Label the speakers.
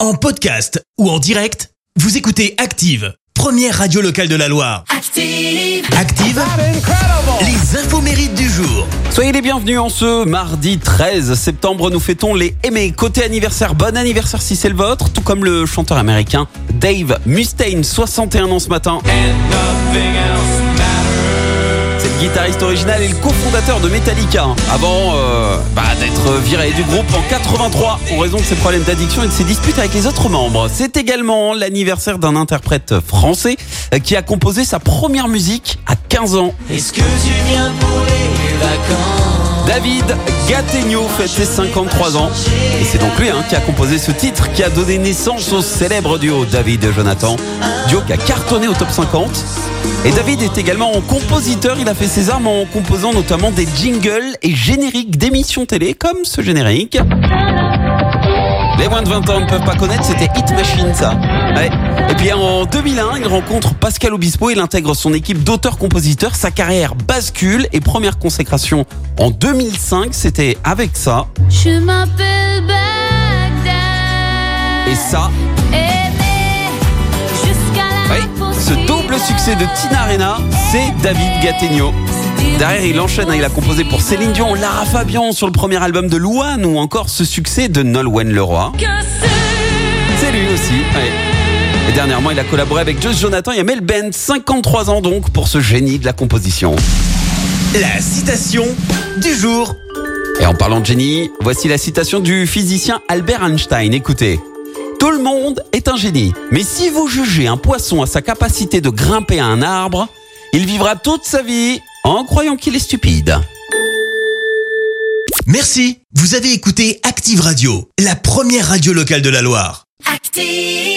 Speaker 1: En podcast ou en direct, vous écoutez Active, première radio locale de la Loire.
Speaker 2: Active.
Speaker 1: Active, les infos mérites du jour.
Speaker 3: Soyez les bienvenus en ce mardi 13 septembre. Nous fêtons les aimés. Côté anniversaire, bon anniversaire si c'est le vôtre. Tout comme le chanteur américain Dave Mustaine, 61 ans ce matin. C'est le guitariste original et le cofondateur de Metallica. hein, Avant euh, bah, d'être viré du groupe en 83 en raison de ses problèmes d'addiction et de ses disputes avec les autres membres. C'est également l'anniversaire d'un interprète français euh, qui a composé sa première musique à 15 ans.
Speaker 2: Est-ce que tu viens pour les vacances
Speaker 3: David Gattegno fête ses 53 ans. Et c'est donc lui hein, qui a composé ce titre qui a donné naissance au célèbre duo David et Jonathan. Duo qui a cartonné au top 50. Et David est également en compositeur. Il a fait ses armes en composant notamment des jingles et génériques d'émissions télé comme ce générique. Les moins de 20 ans ne peuvent pas connaître, c'était Hit Machine ça. Ouais. Et puis en 2001, il rencontre Pascal Obispo, il intègre son équipe d'auteurs-compositeurs, sa carrière bascule et première consécration en 2005, c'était avec ça.
Speaker 4: Je m'appelle Bagdad.
Speaker 3: Et ça,
Speaker 4: Aimer jusqu'à la
Speaker 3: ouais, ce double succès de Tina Arena, c'est David Gattegno. Derrière, il enchaîne, hein, il a composé pour Céline Dion, Lara Fabian sur le premier album de Louane ou encore ce succès de Nolwenn Leroy. C'est lui aussi. ouais. Et dernièrement, il a collaboré avec Josh Jonathan et Amel Ben, 53 ans donc, pour ce génie de la composition.
Speaker 1: La citation du jour.
Speaker 3: Et en parlant de génie, voici la citation du physicien Albert Einstein. Écoutez. Tout le monde est un génie, mais si vous jugez un poisson à sa capacité de grimper à un arbre, il vivra toute sa vie en croyant qu'il est stupide.
Speaker 1: Merci, vous avez écouté Active Radio, la première radio locale de la Loire.
Speaker 2: Active.